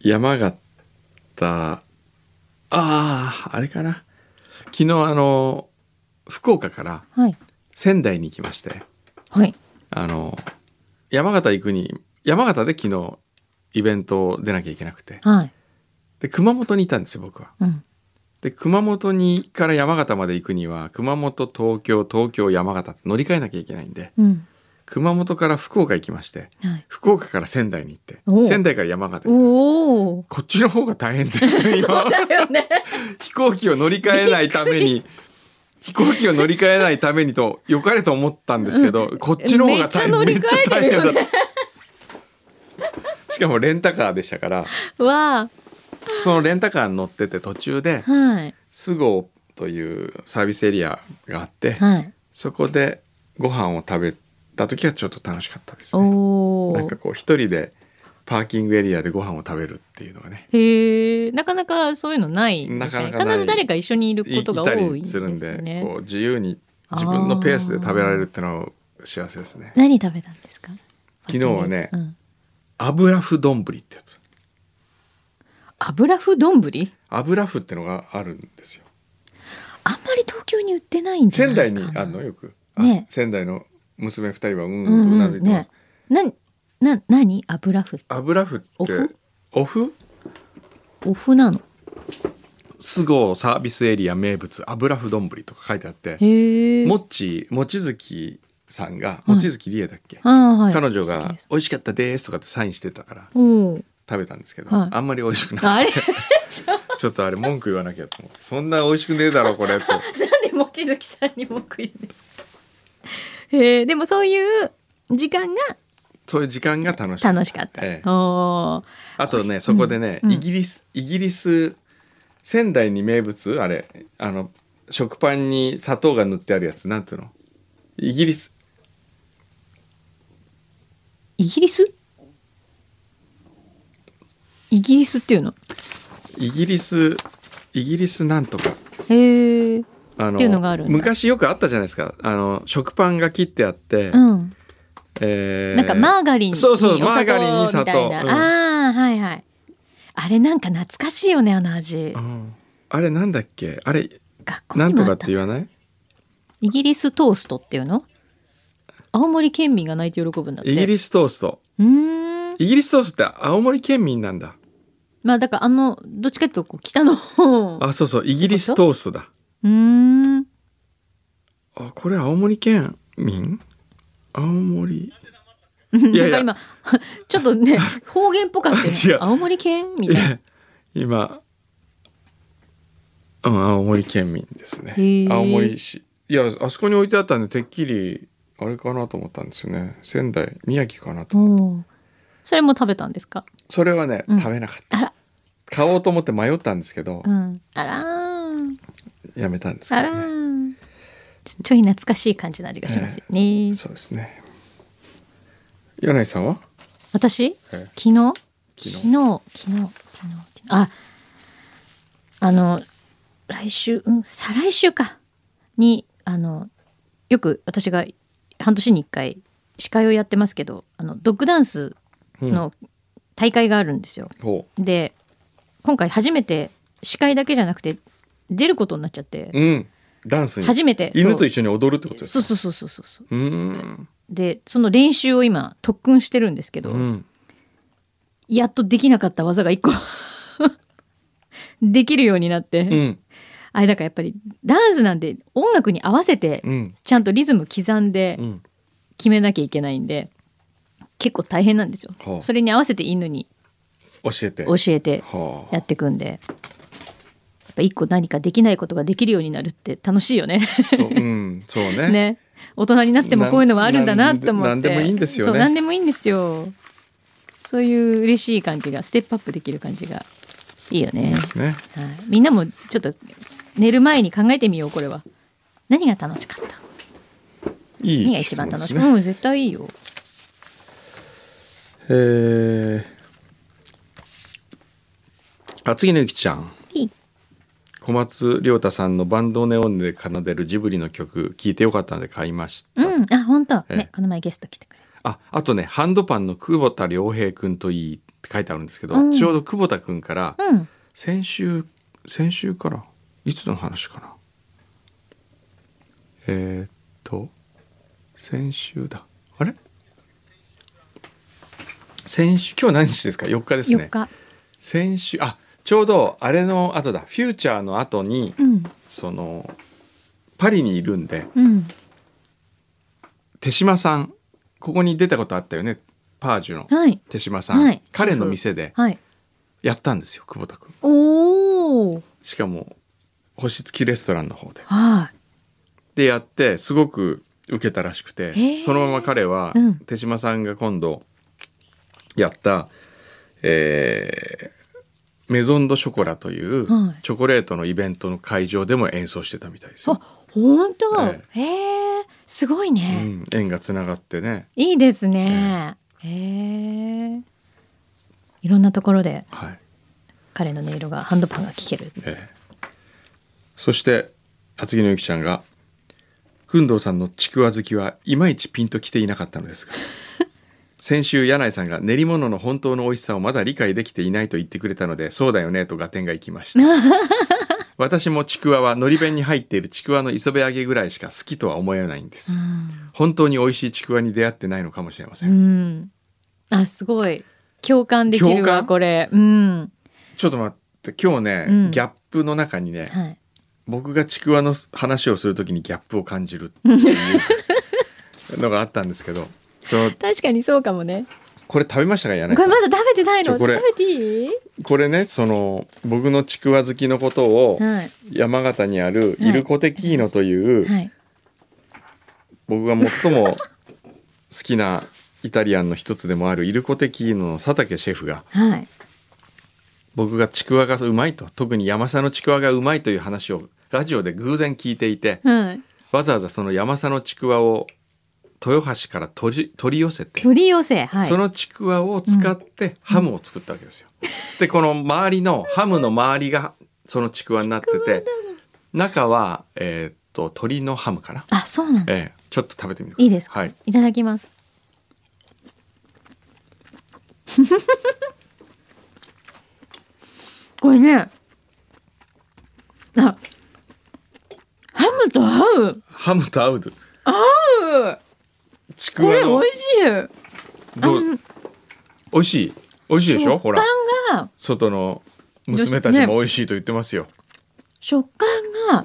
Speaker 2: 山形あああれかな昨日あの福岡から
Speaker 3: はい
Speaker 2: 仙台に行きまして
Speaker 3: はい
Speaker 2: あの山形行くに山形で昨日イベントを出なきゃいけなくて
Speaker 3: はい
Speaker 2: で熊本にいたんですよ僕は。
Speaker 3: うん
Speaker 2: で熊本にから山形まで行くには熊本東京東京山形って乗り換えなきゃいけないんで
Speaker 3: うん
Speaker 2: 熊本から福岡行きまして
Speaker 3: はい
Speaker 2: 福岡から仙台に行って
Speaker 3: おう
Speaker 2: 仙台から山形に行ったんです
Speaker 3: おお
Speaker 2: こっちの方が大 変ですね今
Speaker 3: だよね
Speaker 2: 飛行機を乗り換えないため に飛行機を乗り換えないためにと良かれと思ったんですけど、こっちの方が大変
Speaker 3: めっちゃ乗り換えてるよね
Speaker 2: めっちゃ大変だったしかもレンタカーでしたから
Speaker 3: わ
Speaker 2: そのレンタカーに乗ってて途中で
Speaker 3: あはい
Speaker 2: 菅生というサービスエリアがあって
Speaker 3: はい
Speaker 2: そこでご飯を食べた時はちょっと楽しかったですね。
Speaker 3: お
Speaker 2: なん
Speaker 3: お
Speaker 2: かこう一人でパーキングエリアでご飯を食べるっていうのがね
Speaker 3: へえなかなかそういうのないですね
Speaker 2: なかなかない
Speaker 3: 必ず誰か一緒にいる
Speaker 2: い
Speaker 3: ことが
Speaker 2: いた
Speaker 3: 多い
Speaker 2: り
Speaker 3: ですす
Speaker 2: るんで
Speaker 3: ね
Speaker 2: こう自由に自分のペースで食べられるってのは幸せですね
Speaker 3: 何食べたんですか
Speaker 2: 昨日はね
Speaker 3: うん、
Speaker 2: 油麩丼ってやつ
Speaker 3: 油麩丼
Speaker 2: 油麩ってのがあるんですよ
Speaker 3: あんまり東京に売ってないんじゃな
Speaker 2: 仙
Speaker 3: いかな
Speaker 2: 台にあるのよく、あ
Speaker 3: ね
Speaker 2: 仙台の娘二人はうん
Speaker 3: うん
Speaker 2: うんとう
Speaker 3: う
Speaker 2: なずい
Speaker 3: ん
Speaker 2: てます、
Speaker 3: ね。なな何油麩
Speaker 2: 油麩
Speaker 3: お
Speaker 2: っ
Speaker 3: 麩
Speaker 2: てお麩
Speaker 3: お麩なの。
Speaker 2: 菅生サービスエリア名物油麩丼とか書いてあって
Speaker 3: へえ。
Speaker 2: もっち望月さんが
Speaker 3: い
Speaker 2: 望月理恵だっけ、
Speaker 3: ああはい。
Speaker 2: 彼女
Speaker 3: 好き
Speaker 2: が
Speaker 3: です
Speaker 2: 「美味しかったです」とかってサインしてたから
Speaker 3: おう
Speaker 2: 食べたんですけど、
Speaker 3: はい
Speaker 2: あんまり美味しくなく
Speaker 3: あれ
Speaker 2: てちょっとあれ文句言わなきゃと思ってそんな美味しくねえだろこれと
Speaker 3: なんで望月さんに文句言うんですか。へえでもそういう時間が
Speaker 2: そういう時間が楽しい
Speaker 3: 楽しかった。
Speaker 2: ええ
Speaker 3: お
Speaker 2: あとねそこでね、
Speaker 3: うん
Speaker 2: イギリスイギリス仙台に名物あれあの食パンに砂糖が塗ってあるやつなんていうのイギリス
Speaker 3: イギリス？イギリスっていうの。
Speaker 2: イギリスイギリスなんとか
Speaker 3: へえ。
Speaker 2: あ
Speaker 3: っていうのがあるんだ
Speaker 2: 昔よくあったじゃないですかあの食パンが切ってあって、
Speaker 3: うん。
Speaker 2: えー
Speaker 3: なんかマーガリンにお
Speaker 2: そう
Speaker 3: 砂
Speaker 2: そ
Speaker 3: 糖
Speaker 2: う
Speaker 3: みたいな。
Speaker 2: マーガリンに砂糖うん
Speaker 3: ああはいはい。あれなんか懐かしいよねあの味
Speaker 2: う。んあれなんだっけあれ
Speaker 3: 学校
Speaker 2: な
Speaker 3: に
Speaker 2: ん
Speaker 3: も
Speaker 2: と
Speaker 3: あっ
Speaker 2: かったて言わない
Speaker 3: イギリストーストっていうの青森県民が泣いて喜ぶんだって
Speaker 2: イギリストースト
Speaker 3: うーん
Speaker 2: イギリストーストって青森県民なんだ
Speaker 3: まあだからあのどっちかっていうとこう北の方う
Speaker 2: あそうそうイギリストーストだ
Speaker 3: ーん
Speaker 2: あこれ青森県民青森いや
Speaker 3: なん
Speaker 2: いや
Speaker 3: か今 ちょっとね方言っぽかったよ
Speaker 2: 違
Speaker 3: ね
Speaker 2: う
Speaker 3: 青森県み
Speaker 2: い
Speaker 3: たいな
Speaker 2: や今、うん、青森県民ですね
Speaker 3: へー
Speaker 2: 青森市いやあそこに置いてあったんでてっきりあれかなと思ったんですよね仙台宮城かなと
Speaker 3: おーそれも食べたんですか
Speaker 2: それはね、
Speaker 3: うん
Speaker 2: 食べなかった
Speaker 3: あら
Speaker 2: 買おうと思って迷ったんですけど
Speaker 3: う、んあらー
Speaker 2: やめたんですけ
Speaker 3: あ
Speaker 2: ど、
Speaker 3: ら
Speaker 2: ね、
Speaker 3: ーちょちょい懐かしい感じの味がしますよね、
Speaker 2: そうですね柳井さんは、
Speaker 3: 私
Speaker 2: え
Speaker 3: 昨日
Speaker 2: 昨日
Speaker 3: 昨日昨日昨日ああの来週うん再来週かにあのよく私が半年に1回司会をやってますけどあのドッグダンス
Speaker 2: うん
Speaker 3: の大会があるんですよ。
Speaker 2: ほ
Speaker 3: で今回初めて司会だけじゃなくて出ることになっちゃって
Speaker 2: ううんダンスに
Speaker 3: 初めて
Speaker 2: 犬と
Speaker 3: そう
Speaker 2: 一緒に踊るってことです
Speaker 3: そう
Speaker 2: か
Speaker 3: そうそうそうそう
Speaker 2: うーん
Speaker 3: でその練習を今特訓してるんですけど、
Speaker 2: うん
Speaker 3: やっとできなかった技が一個できるようになって、
Speaker 2: うん
Speaker 3: あれだからやっぱりダンスなんで音楽に合わせて
Speaker 2: うん
Speaker 3: ちゃんとリズム刻んで
Speaker 2: うん
Speaker 3: 決めなきゃいけないんで結構大変なんですよ、
Speaker 2: はあ
Speaker 3: それに合わせて犬に
Speaker 2: 教えて
Speaker 3: 教えて
Speaker 2: は
Speaker 3: やっていくんでやっぱ一個何かできないことができるようになるって楽しいよね
Speaker 2: あそううんそう ね
Speaker 3: ね大人になってもこういうのはあるんだなと思って
Speaker 2: なんなんでもいいんですよね
Speaker 3: そう何でもいいんですよそういう嬉しい感じがステップアップできる感じがいいよね
Speaker 2: ですね
Speaker 3: はい、みんなもちょっと寝る前に考えてみようこれは何が楽しかった
Speaker 2: い
Speaker 3: 何が
Speaker 2: い
Speaker 3: 一
Speaker 2: 質
Speaker 3: 番
Speaker 2: 問で
Speaker 3: 楽し
Speaker 2: す
Speaker 3: かっ
Speaker 2: ね
Speaker 3: た、うん絶対いいよ
Speaker 2: えー、厚木のゆきちゃん
Speaker 3: いい
Speaker 2: 小松亮太さんのバンドネオンで奏でるジブリの曲聞いてよかったので買いました、
Speaker 3: うんあ本当、
Speaker 2: ええ
Speaker 3: ねこの前ゲスト来てくれ
Speaker 2: ああとねハンドパンの久保田良平君といいって書いてあるんですけど、
Speaker 3: うん
Speaker 2: ちょうど久保田君から
Speaker 3: うん
Speaker 2: 先週先週からいつの話かなえーっと先週だあれ先週今日何日ですか4日です
Speaker 3: 4
Speaker 2: ね
Speaker 3: 日、
Speaker 2: 先週あちょうどあれの後だフューチャーの後に
Speaker 3: うん
Speaker 2: そのパリにいるんで
Speaker 3: うん
Speaker 2: 手島さんここに出たことあったよねパージュの
Speaker 3: はい
Speaker 2: 手島さん、
Speaker 3: はい
Speaker 2: 彼の店で
Speaker 3: はい
Speaker 2: やったんですよ久保田君
Speaker 3: おお
Speaker 2: しかも星付きレストランの方で
Speaker 3: は
Speaker 2: でやってすごく受けたらしく
Speaker 3: へ
Speaker 2: て
Speaker 3: え
Speaker 2: そのまま彼は
Speaker 3: うん
Speaker 2: 手島さんが今度やった、えーメゾンドショコラという
Speaker 3: はい
Speaker 2: チョコレートのイベントの会場でも演奏してたみたいで
Speaker 3: い
Speaker 2: すよ
Speaker 3: あ、本当
Speaker 2: え
Speaker 3: へえすごいうね、
Speaker 2: ん、縁がつながってね、
Speaker 3: いいですねへえいろんなところで
Speaker 2: はい
Speaker 3: 彼の音色がハンドパンが聴ける
Speaker 2: えーそして厚木のゆきちゃんが「工藤さんのちくわ好きはいまいちピンときていなかった のですが先週柳井さんが練り物の本当の美味しさをまだ理解できていないと言ってくれたのでそうだよねと合点がいきました 私もちくわはのり弁に入っているちくわの磯辺揚げぐらいしか好きとは思えないんです、本当に美味しいちくわに出会ってないのかもしれませ、
Speaker 3: うんんあすごい共感でき
Speaker 2: 共
Speaker 3: るわ
Speaker 2: 感
Speaker 3: これうん
Speaker 2: ちょっと待って今日ね、
Speaker 3: うん
Speaker 2: ギャップの中にね、
Speaker 3: はい
Speaker 2: 僕がちくわの話をするときにギャップを感じるっていうのがあったんですけどその
Speaker 3: 確かにそうかもね
Speaker 2: これ食べましたか柳
Speaker 3: こ
Speaker 2: 井さ
Speaker 3: れ
Speaker 2: ん
Speaker 3: まだ食べてない
Speaker 2: ちょ
Speaker 3: の
Speaker 2: こ
Speaker 3: 食
Speaker 2: れ
Speaker 3: べていい
Speaker 2: これねその僕のちくわ好きのことを
Speaker 3: はい
Speaker 2: 山形にある
Speaker 3: はい
Speaker 2: イルコテキーノという、
Speaker 3: はい
Speaker 2: 僕が最も好きなイタリアンの一つでもあるイルコテキーノの佐竹シェフが
Speaker 3: はい
Speaker 2: 僕がちくわがうまいと特に山佐のちくわがうまいという話をラジオで偶然聞いていて
Speaker 3: はい
Speaker 2: わざわざその山佐のちくわを豊橋から取り取り寄せて
Speaker 3: 取り寄せはい
Speaker 2: そのちくわを使ってハムを作ったわけですよ。でこの周りのハムの周りがそのちくわになってて 中は、えーっと鶏のハムかな、
Speaker 3: あそうなんだ
Speaker 2: ええちょっと食べてみる
Speaker 3: いいですか、
Speaker 2: はいい、、
Speaker 3: ただきます これねあハムと合う
Speaker 2: ハムと合う
Speaker 3: 合う
Speaker 2: ちく
Speaker 3: こ
Speaker 2: わ
Speaker 3: れ
Speaker 2: の
Speaker 3: 美味しい
Speaker 2: どう美味しい美味しいでしょ
Speaker 3: 食
Speaker 2: ほ
Speaker 3: 感
Speaker 2: ら
Speaker 3: が
Speaker 2: 外の娘たちも美味しいと言ってますよ、
Speaker 3: 食感が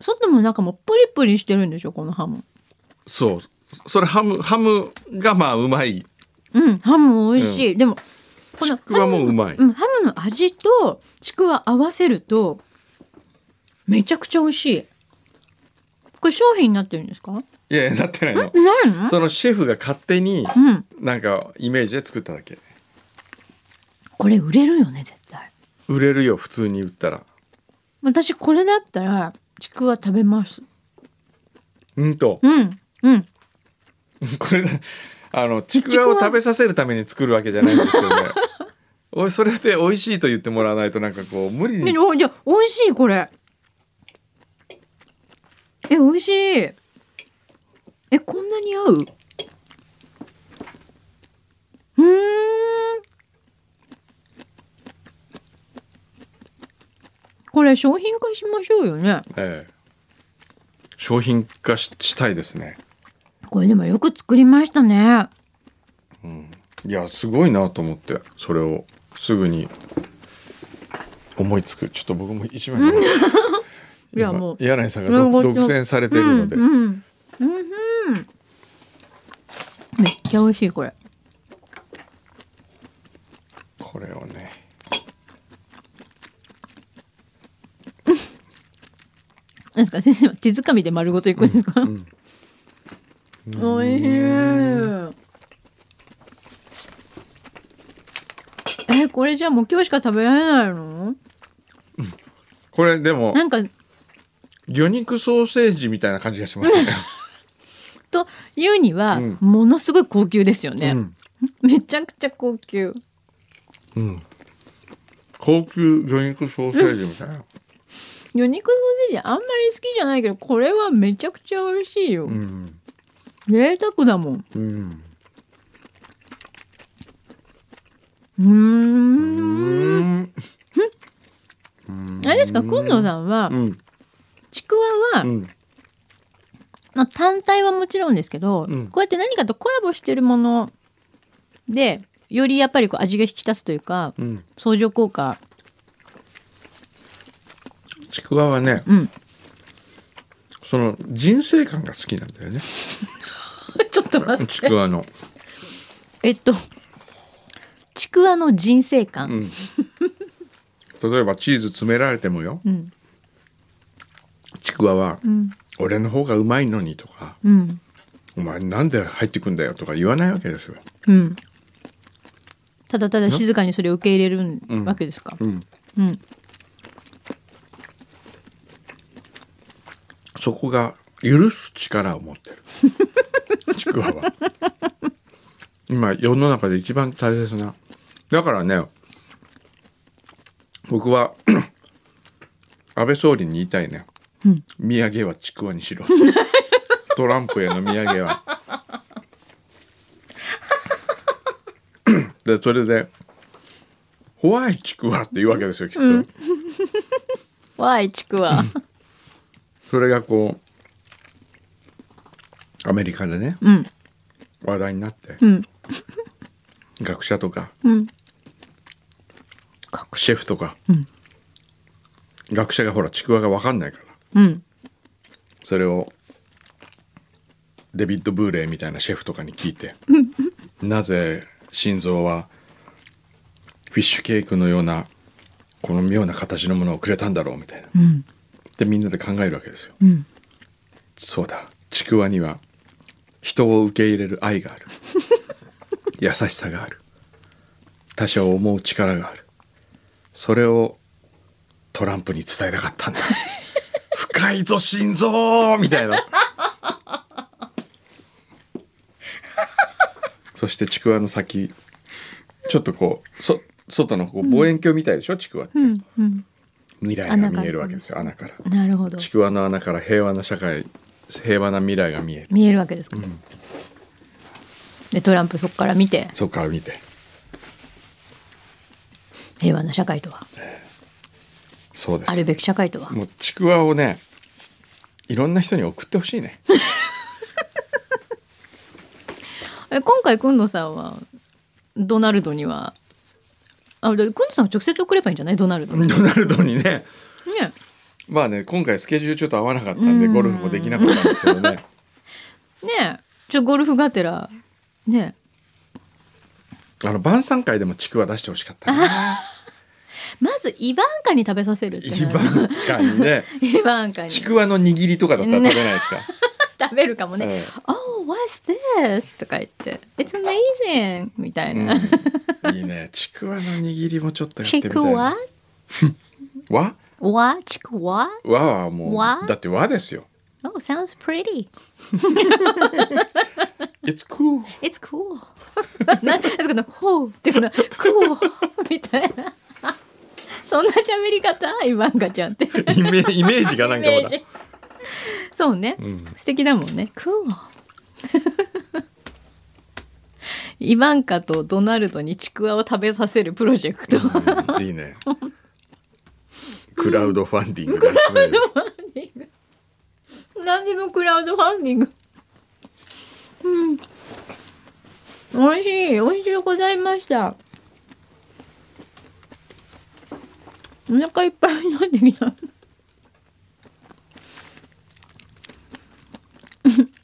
Speaker 3: 外も中もプリプリしてるんでしょこのハム
Speaker 2: そうそれハムハムがまあうまい
Speaker 3: うんハム美味しい、でもこ
Speaker 2: ち
Speaker 3: の
Speaker 2: くわもうまい、
Speaker 3: うん、ハムの味とちくわ合わせるとめちゃくちゃ美味しいこれ商品になってるんですかない
Speaker 2: やいやなってないの
Speaker 3: の
Speaker 2: そのシェフが勝手に
Speaker 3: うん
Speaker 2: なんかイメージで作っただけ
Speaker 3: これ売れるよね絶対
Speaker 2: 売れるよ普通に売ったら
Speaker 3: 私これだったらちくわ食べます
Speaker 2: うんと
Speaker 3: うんうん
Speaker 2: これだあのちくわを食べさせるために作るわけじゃないんです よねおいそれで美味しいと言ってもらわないとなんかこう無理
Speaker 3: ね
Speaker 2: に
Speaker 3: おいや美味しいこれえ美味しいえこんなに合ううーんこれ商品化しましょうよね
Speaker 2: ええ商品化ししたいですね
Speaker 3: これでもよく作りましたね
Speaker 2: いやすごいなと思ってそれをすぐに思いつくちょっと僕も一枚 もらっていいですか
Speaker 3: いやもう
Speaker 2: 今柳さんが独独占されているので、
Speaker 3: うんうん、うんうんめっちゃ美味しいこれ
Speaker 2: これをね
Speaker 3: なんですか先生は手づかみで丸ごといくんですか、
Speaker 2: ん
Speaker 3: おいしいえこれじゃあもう今日しか食べられないの
Speaker 2: これでも
Speaker 3: なんか
Speaker 2: 魚肉ソーセージみたいな感じがしますね、
Speaker 3: というには、
Speaker 2: うん
Speaker 3: ものすごい高級ですよ ね、
Speaker 2: うん
Speaker 3: めちゃくちゃ高級
Speaker 2: うん、高級魚肉ソーセージみたいな、
Speaker 3: 魚肉ソーセージあんまり好きじゃないけどこれはめちゃくちゃ美味しいよ、
Speaker 2: うん
Speaker 3: 贅沢だもん
Speaker 2: うん
Speaker 3: うーん
Speaker 2: うん
Speaker 3: あれですかくんのさんは、
Speaker 2: うん
Speaker 3: ちくわは、
Speaker 2: うん
Speaker 3: まあ、単体はもちろんですけど、
Speaker 2: うん
Speaker 3: こうやって何かとコラボしてるものでよりやっぱりこう味が引き立つというか
Speaker 2: うん
Speaker 3: 相乗効果
Speaker 2: ちくわはね
Speaker 3: うん
Speaker 2: その人生観が好きなんだよ ね
Speaker 3: ちょっと待っ
Speaker 2: ち
Speaker 3: て
Speaker 2: くわの、
Speaker 3: えっとちくわの人生
Speaker 2: う
Speaker 3: 観
Speaker 2: ん、例えばチーズ詰められてもよ
Speaker 3: うん
Speaker 2: ちくわは
Speaker 3: うん
Speaker 2: 「俺の方がうまいのに」とか
Speaker 3: うん
Speaker 2: 「お前なんで入ってくんだよ」とか言わないわけですよ。
Speaker 3: うんただただ静かにそれを受け入れるわけですか、
Speaker 2: うん、
Speaker 3: うん、
Speaker 2: そこが許す力を持ってる ちくわは今世の中で一番大切なだからね僕は 安倍総理に言いたいね、
Speaker 3: うん
Speaker 2: 土産はちくわにしろトランプへの土産はでそれで「ホワイちくわ」って言うわけですよきっと、
Speaker 3: わいちくわ
Speaker 2: それがこうアメリカでね
Speaker 3: うん
Speaker 2: 話題になって、
Speaker 3: うん
Speaker 2: 学者とか
Speaker 3: うん
Speaker 2: シェフとか、
Speaker 3: うん
Speaker 2: 学者がほらちくわが分かんないから
Speaker 3: うん
Speaker 2: それをデビッド・ブーレイみたいなシェフとかに聞いてなぜ心臓はフィッシュケーキのようなこの妙な形のものをくれたんだろうみたいな、
Speaker 3: ん
Speaker 2: でみんなで考えるわけですよ、
Speaker 3: ん
Speaker 2: そうだちくわには人を受け入れる 愛がある優しさがある他者を思う力があるそれをトランプに伝えたかっ たんだ深いぞ心臓みた いなそしてちくわの先ちょっとこうそ外のこう望遠鏡みたいでしょ、ちくわって、
Speaker 3: うんうん
Speaker 2: 未来が見えるわけですよ穴から
Speaker 3: なるほど
Speaker 2: ちくわの穴から平和な社会平和な未来が見える
Speaker 3: 見えるわけですか、でトランプそこから見て
Speaker 2: そこから見て
Speaker 3: 平和な社会とは
Speaker 2: そうです
Speaker 3: あるべき社会とは
Speaker 2: もうちくわをねいろんな人に送ってほしいね
Speaker 3: え今回くんのさんはドナルドにはあだからくんちさんが直接送ればいいんじゃないドナルドにね
Speaker 2: ドナルドにね
Speaker 3: ね
Speaker 2: まあね今回スケジュールちょっと合わなかったんでゴルフもできなかったんですけどね
Speaker 3: ちょゴルフがてらね
Speaker 2: あの晩餐会でもちくわ出してほしかったな
Speaker 3: まずイバンカに食べさせるってな
Speaker 2: 一番会にね
Speaker 3: イバンカに
Speaker 2: ちくわの握りとかだったら食べないですか、
Speaker 3: 食べるかもね
Speaker 2: ええ
Speaker 3: 「Oh what's this?」とか言って「It's amazing」みたいな「
Speaker 2: うんいいねちくわの握りもちょっとやって
Speaker 3: ち
Speaker 2: みたい
Speaker 3: くわ
Speaker 2: なわ
Speaker 3: わちくわ
Speaker 2: わはもう
Speaker 3: わ
Speaker 2: だってわですよ
Speaker 3: Oh sounds pretty
Speaker 2: It's cool
Speaker 3: It's cool ななんですかね「ほう」っていうのは「cool」みたいなそんな喋り方イバンカちゃんってイ
Speaker 2: イメイメージがなんかま
Speaker 3: メー
Speaker 2: だ
Speaker 3: ジそうね、
Speaker 2: ん
Speaker 3: 素敵だもんね「cool」イバンカとドナルドにちくわを食べさせるプロジェクト
Speaker 2: うんいいね。クラウドファンディングが集める。
Speaker 3: 何でもクラウドファンディング。うん。美味しい、美味しゅうございました。お腹いっぱいになってきた。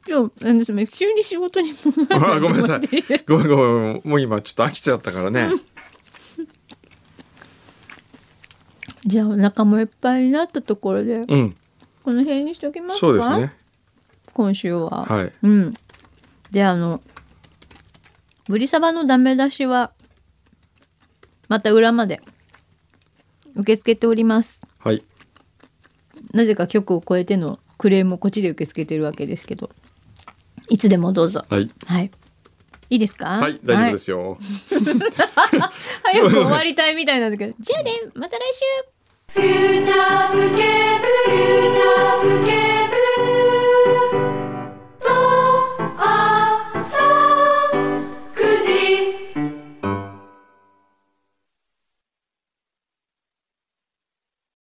Speaker 3: 今日、なんですね、急に仕事に戻らな
Speaker 2: あ、ごめんなさい
Speaker 3: い。
Speaker 2: ごめんごめん。もう今ちょっと飽きちゃったからね。
Speaker 3: じゃあ、お腹もいっぱいになったところで、
Speaker 2: うん。
Speaker 3: この辺にしときますか。
Speaker 2: そうですね。
Speaker 3: 今週は。
Speaker 2: はい。
Speaker 3: うん。で、あの、ブリサバのダメ出しは、また裏まで受け付けております。
Speaker 2: はい。
Speaker 3: なぜか局を超えてのクレームをこっちで受け付けてるわけですけど、いつでもどうぞ。
Speaker 2: はい。
Speaker 3: はい。いいですか
Speaker 2: はい。大丈夫ですよ。
Speaker 3: はい早く終わりたいみたいなんだけど、じゃあね、また来週
Speaker 1: フューチャースケープフュー